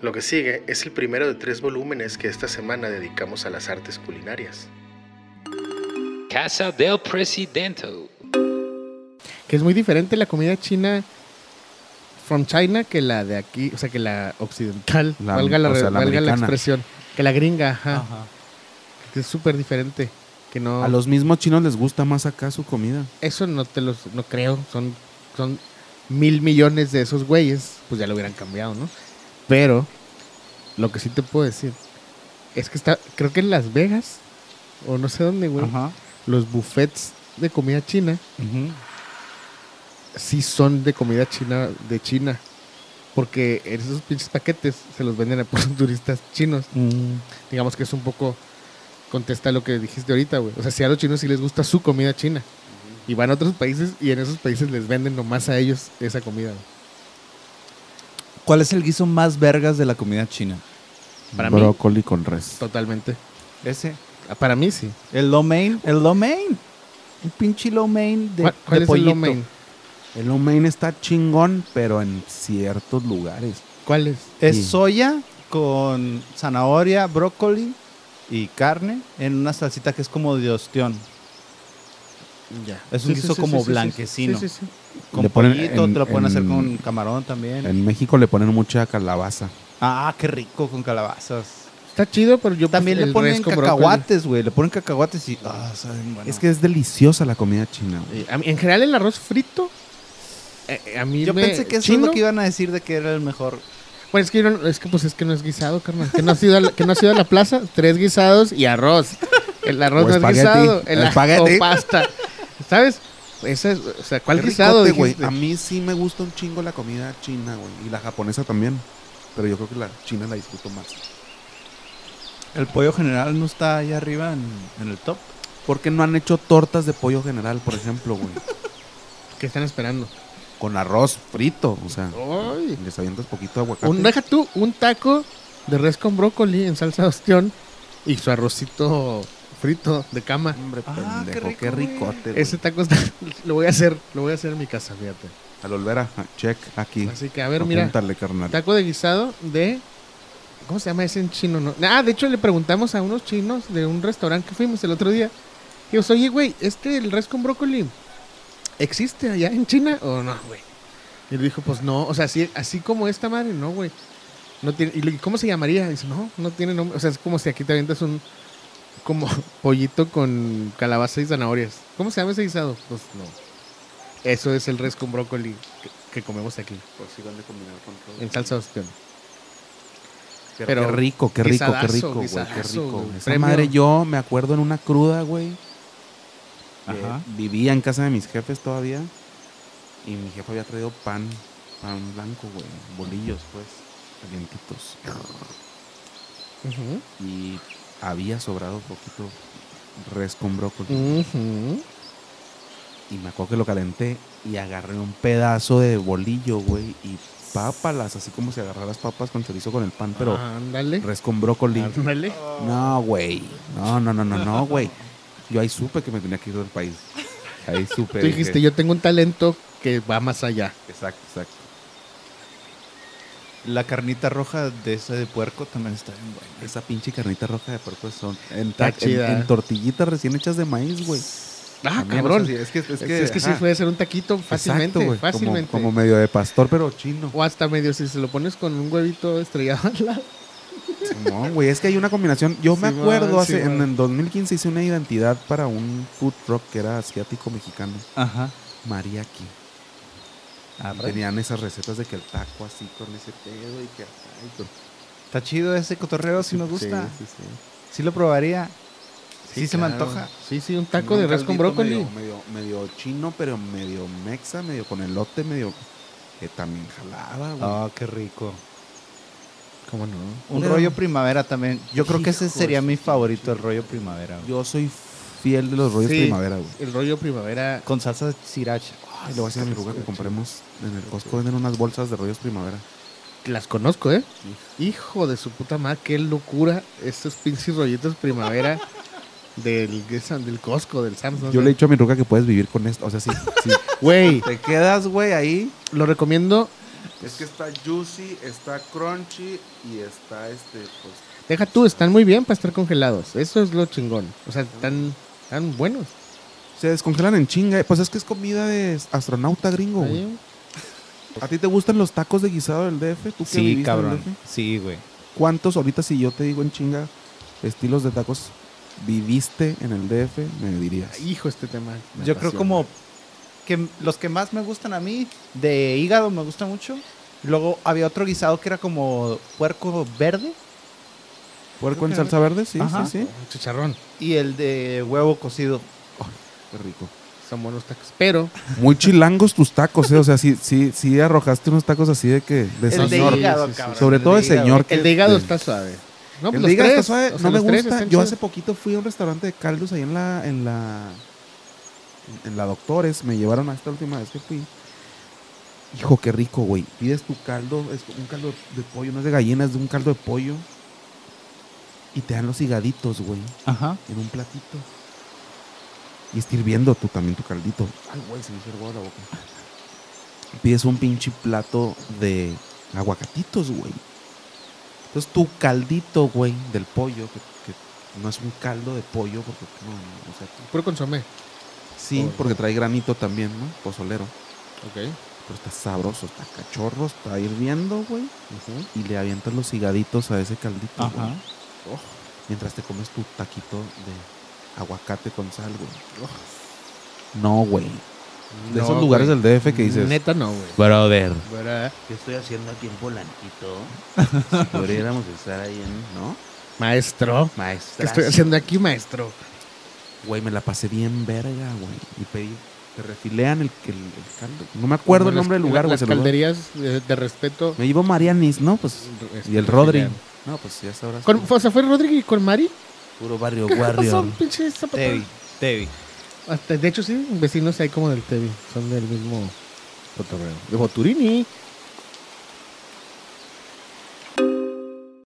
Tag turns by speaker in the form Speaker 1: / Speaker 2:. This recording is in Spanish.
Speaker 1: Lo que sigue es el primero de tres volúmenes que esta semana dedicamos a las artes culinarias.
Speaker 2: Casa del Presidente.
Speaker 3: Que es muy diferente la comida china from China que la de aquí, o sea, que la occidental,
Speaker 4: La-
Speaker 3: valga, la,
Speaker 4: o sea, la
Speaker 3: valga la
Speaker 4: americana.
Speaker 3: expresión, que la gringa, ajá,
Speaker 4: Ajá.
Speaker 3: que es súper diferente, que no,
Speaker 4: A los mismos chinos les gusta más acá su comida.
Speaker 3: eso no te los, no creo, son, son mil millones de esos güeyes, pues ya lo hubieran cambiado, ¿no? Pero, lo que sí te puedo decir, es que está, creo que en Las Vegas, o no sé dónde, güey,
Speaker 4: Ajá.
Speaker 3: los buffets de comida china,
Speaker 4: Ujú.
Speaker 3: sí son de comida china de China. Porque en esos pinches paquetes se los venden a puros turistas chinos.
Speaker 4: Mm.
Speaker 3: Digamos que es un poco contesta lo que dijiste ahorita, güey. O sea, si a los chinos sí les gusta su comida china. Y van a otros países y en esos países les venden nomás a ellos esa comida. güey.
Speaker 5: ¿Cuál es el guiso más vergas de la comida china?
Speaker 3: Para mí,
Speaker 4: Brócoli con res.
Speaker 3: totalmente.
Speaker 5: Ese.
Speaker 3: Ah, Para mí sí.
Speaker 5: El lo mein. El lo mein. Un pinche lo mein de,
Speaker 3: ¿Cuál, cuál
Speaker 5: de
Speaker 3: es el lo
Speaker 5: pollito.
Speaker 3: main?
Speaker 4: El lo mein está chingón, pero en ciertos lugares.
Speaker 3: ¿Cuál es?
Speaker 5: Es
Speaker 4: Sí.
Speaker 5: soya con zanahoria, brócoli y carne en una salsita que es como de ostión.
Speaker 3: Ya.
Speaker 5: Es un guiso como blanquecino.
Speaker 3: Sí, sí, sí.
Speaker 5: Con
Speaker 4: Le ponen
Speaker 5: pollito,
Speaker 4: en-
Speaker 5: te lo pueden hacer
Speaker 4: en-
Speaker 5: con camarón también.
Speaker 4: En México le ponen mucha calabaza.
Speaker 5: Ah, qué rico con calabazas.
Speaker 3: Está chido, pero yo
Speaker 5: También
Speaker 3: prefiero
Speaker 5: le
Speaker 3: el
Speaker 5: ponen
Speaker 3: res con brócoli.
Speaker 5: cacahuates, güey. Le ponen cacahuates y. Ah, saben bueno.
Speaker 4: Es que es deliciosa la comida china. güey.
Speaker 3: Eh, a mí- En general el arroz frito, eh, a mí
Speaker 5: Yo
Speaker 3: me-
Speaker 5: pensé que eso
Speaker 3: chino,
Speaker 5: es lo que iban a decir de que era el mejor.
Speaker 3: Bueno, es que, yo no- es que pues es que no es guisado, carnal. Que no ha sido a la, que no has ido a la plaza, tres guisados y arroz. El arroz
Speaker 4: O
Speaker 3: no es
Speaker 4: espagueti,
Speaker 3: guisado, el
Speaker 4: espagueti.
Speaker 3: o pasta. ¿Sabes? Esa es, o sea, ¿cuál
Speaker 4: Qué
Speaker 3: guisado?
Speaker 4: ricote, güey.
Speaker 3: dijiste?
Speaker 4: A mí sí me gusta un chingo la comida china, güey. Y la japonesa también. Pero yo creo que la china la disfruto más.
Speaker 5: El pollo general no está allá arriba en, en el top.
Speaker 4: Porque no han hecho tortas de pollo general, por ejemplo, güey.
Speaker 3: Que están esperando.
Speaker 4: con arroz frito. O sea,
Speaker 3: Ay.
Speaker 4: les avientas poquito de aguacate.
Speaker 3: Oh. Un, deja tú un taco de res con brócoli en salsa de ostión y su arrocito frito de cama.
Speaker 4: Hombre,
Speaker 5: Ah, qué
Speaker 4: pendejo,
Speaker 5: rico,
Speaker 4: qué,
Speaker 5: güey.
Speaker 4: ricote.
Speaker 3: Ese
Speaker 4: güey.
Speaker 3: taco está- lo voy a hacer, lo voy a hacer en mi casa, fíjate.
Speaker 4: Al Olvera, ah, check, aquí.
Speaker 3: Así que a ver, mira.
Speaker 4: Apúntale, carnal.
Speaker 3: Taco de guisado de. ¿Cómo se llama ese en chino? No? Ah, de hecho le preguntamos a unos chinos de un restaurante que fuimos el otro día. Y yo, oye, güey, este, el res con brócoli, ¿existe allá en China o no, güey? Y él dijo, pues no, o sea, así, así como esta madre, no, güey. No tiene, ¿Y le- cómo se llamaría? Dice, no, no tiene nombre. O sea, es como si aquí te avientas un como pollito con calabaza y zanahorias. ¿Cómo se llama ese guisado? Pues no. Eso es el res con brócoli que, que comemos aquí,
Speaker 4: Pues sí, van de combinar con todo.
Speaker 3: en salsa de ostión.
Speaker 4: Qué-
Speaker 3: pero-
Speaker 4: qué rico, qué rico, qué
Speaker 3: guisadazo,
Speaker 4: rico, güey. Qué
Speaker 3: guisadazo,
Speaker 4: rico.
Speaker 3: güey.
Speaker 4: Esa
Speaker 3: Premio.
Speaker 4: madre, yo me acuerdo en una cruda, güey. que
Speaker 5: Ajá.
Speaker 4: Vivía en casa de mis jefes todavía. Y mi jefe había traído pan, pan blanco, güey. Bolillos, pues, calientitos.
Speaker 3: Ujú.
Speaker 4: Y había sobrado poquito res con brócoli.
Speaker 3: Mm. Ujú.
Speaker 4: Y me acuerdo que lo calenté y agarré un pedazo de bolillo, güey. Y pápalas, así como si agarraras papas con chorizo con el pan, pero
Speaker 3: Ah, Ándale.
Speaker 4: res con brócoli.
Speaker 3: Ándale.
Speaker 4: No, güey. No, no, no, no, no, güey. Yo ahí supe que me tenía que ir del país. Ahí supe.
Speaker 3: Tú dijiste, yo tengo un talento que va más allá.
Speaker 4: Exacto, exacto.
Speaker 5: La carnita roja de ese de puerco también está bien buena.
Speaker 4: Esa pinche carnita roja de puerco son en,
Speaker 3: Está
Speaker 4: ta- en-
Speaker 3: chida. eh.
Speaker 4: en tortillitas recién hechas de maíz, güey.
Speaker 3: Ah,
Speaker 4: También,
Speaker 3: cabrón.
Speaker 4: o sea, sí, es que, es
Speaker 3: Es
Speaker 4: que,
Speaker 3: que, sí
Speaker 4: ajá.
Speaker 3: puede ser un taquito
Speaker 4: Exacto,
Speaker 3: fácilmente,
Speaker 4: güey, como-
Speaker 3: fácilmente.
Speaker 4: Como, medio de pastor, pero chino.
Speaker 3: O hasta medio, si se lo pones con un huevito estrellado al lado.
Speaker 4: No, güey, es que hay una combinación. Yo me
Speaker 3: Sí,
Speaker 4: acuerdo,
Speaker 3: va, sí,
Speaker 4: hace, en,
Speaker 3: va.
Speaker 4: en 2015 hice una identidad para un food truck que era asiático-mexicano,
Speaker 5: Ajá.
Speaker 4: mariachi.
Speaker 5: Ah,
Speaker 4: Tenían esas recetas de que el taco así con ese pedo y que acá y con-
Speaker 5: Está chido ese cotorreo, si me gusta.
Speaker 4: Sí, sí, sí.
Speaker 5: Sí lo probaría. Sí, se me
Speaker 3: claro.
Speaker 5: antoja.
Speaker 3: Sí, sí, un taco de
Speaker 4: Un
Speaker 3: res con
Speaker 4: caldito
Speaker 3: brócoli.
Speaker 4: Medio, medio, medio chino, pero medio mexa, medio con elote, medio... Que también jalaba, güey.
Speaker 5: Ah, qué rico.
Speaker 3: ¿Cómo no?
Speaker 5: Un
Speaker 4: Pero-
Speaker 5: rollo primavera también. Yo creo que ese
Speaker 4: Hijo
Speaker 5: sería
Speaker 4: de
Speaker 5: mi
Speaker 4: su
Speaker 5: favorito,
Speaker 4: pinche
Speaker 5: el rollo primavera. güey.
Speaker 4: Yo soy fiel de los rollos
Speaker 3: Sí.
Speaker 4: primavera, güey.
Speaker 3: El rollo primavera.
Speaker 5: Con salsa de sriracha.
Speaker 4: Ay, le voy a decir a mi ruga que compremos en el Costco, venden unas bolsas de rollos primavera.
Speaker 3: Las conozco, ¿eh? Hijo de su puta madre, qué locura. Estos pinches rollitos primavera del, del Costco, del Samsung.
Speaker 4: Yo le he dicho a mi ruca que puedes vivir con esto. O sea, si, si
Speaker 3: Güey,
Speaker 4: te quedas, güey, ahí.
Speaker 3: lo recomiendo
Speaker 4: Es que está juicy, está crunchy y está este, pues.
Speaker 3: Deja tú, están muy bien para estar congelados. Eso es lo chingón. O sea, están, están buenos.
Speaker 4: Se descongelan en chinga. eh. Pues es que es comida de astronauta gringo, güey.
Speaker 3: Ahí,
Speaker 4: ¿A ti te gustan los tacos de guisado del DF? ¿Tú que viviste en
Speaker 5: Sí,
Speaker 4: el
Speaker 5: cabrón.
Speaker 4: DF?
Speaker 5: Sí, güey.
Speaker 4: ¿Cuántos ahorita si yo te digo en chinga estilos de tacos viviste en el DF? Me dirías.
Speaker 3: Hijo, este tema.
Speaker 4: Me
Speaker 5: Yo creo
Speaker 4: apasiona.
Speaker 5: como que los que más me gustan a mí, de hígado me gusta mucho. Luego había otro guisado que era como puerco verde
Speaker 4: Puerco en salsa verde, sí,
Speaker 5: Ajá.
Speaker 4: sí, sí.
Speaker 3: Chicharrón.
Speaker 5: y el de huevo cocido.
Speaker 4: Qué rico.
Speaker 3: Son buenos tacos. Pero
Speaker 4: Muy chilangos tus tacos, ¿eh? O sea, sí, sí, sí arrojaste unos tacos así de que. De
Speaker 5: El de
Speaker 4: señor.
Speaker 5: hígado,
Speaker 3: Sí, sí, sí.
Speaker 5: cabrón.
Speaker 4: Sobre todo
Speaker 5: de
Speaker 4: el
Speaker 5: hígado.
Speaker 4: señor que.
Speaker 3: el de hígado
Speaker 4: eh,
Speaker 3: está suave. No, pues
Speaker 4: el
Speaker 3: los
Speaker 4: de hígado
Speaker 3: tres,
Speaker 4: está suave,
Speaker 3: o sea,
Speaker 4: no me
Speaker 3: los tres
Speaker 4: gusta.
Speaker 3: están
Speaker 4: Yo
Speaker 3: chidos.
Speaker 4: hace poquito fui a un restaurante de caldos ahí en la. En la, en la Doctores. Me llevaron a esta última vez que fui. Hijo, qué rico, güey. Pides tu caldo, es un caldo de pollo, no es de gallina, es de un caldo de pollo. Y te dan los higaditos, güey,
Speaker 5: Ajá.
Speaker 4: en un platito. Y está hirviendo tú también tu caldito. Ay, güey, se me hizo hervor la boca. Pides un pinche plato de aguacatitos, güey. Entonces tu caldito, güey, del pollo, que, que no es un caldo de pollo, porque no, no, o sea,
Speaker 3: Puro consomé.
Speaker 4: sí,
Speaker 3: Pollo.
Speaker 4: porque trae granito también, ¿no? Pozolero.
Speaker 3: Ok.
Speaker 4: Pero está sabroso, está cachorro, está hirviendo, güey. Y le avientas los higaditos a ese caldito, güey, Oh,
Speaker 5: Ajá.
Speaker 4: Mientras te comes tu taquito de aguacate con sal, güey. Oh. No, güey. De
Speaker 3: No,
Speaker 4: esos lugares
Speaker 3: güey.
Speaker 4: del DF que dices,
Speaker 3: Neta no, güey.
Speaker 4: brother.
Speaker 3: ¿Verdad?
Speaker 4: ¿Qué estoy haciendo aquí en Polanquito? Si pudiéramos estar ahí en, ¿no?
Speaker 3: Maestro. ¿Qué
Speaker 4: Maestra.
Speaker 3: estoy haciendo aquí, maestro?
Speaker 4: Güey, me la pasé bien verga, güey. Y pedí, te refilean el, el- el caldo. No me acuerdo el
Speaker 3: Las-
Speaker 4: nombre del lugar, güey.
Speaker 3: Las
Speaker 4: se lo-
Speaker 3: calderías de, de respeto.
Speaker 4: Me llevó Marianis, ¿no? Pues Y el Rodri. No, pues ya sabrás.
Speaker 3: Con, o sea, fue Rodri y con Mari.
Speaker 4: Puro barrio
Speaker 3: Son
Speaker 4: warrior.
Speaker 3: pinches zapatos.
Speaker 5: Tevi, Tevi.
Speaker 3: Hasta- de hecho, sí, vecinos hay como del Tevi. Son del mismo cotorreo. De Boturini.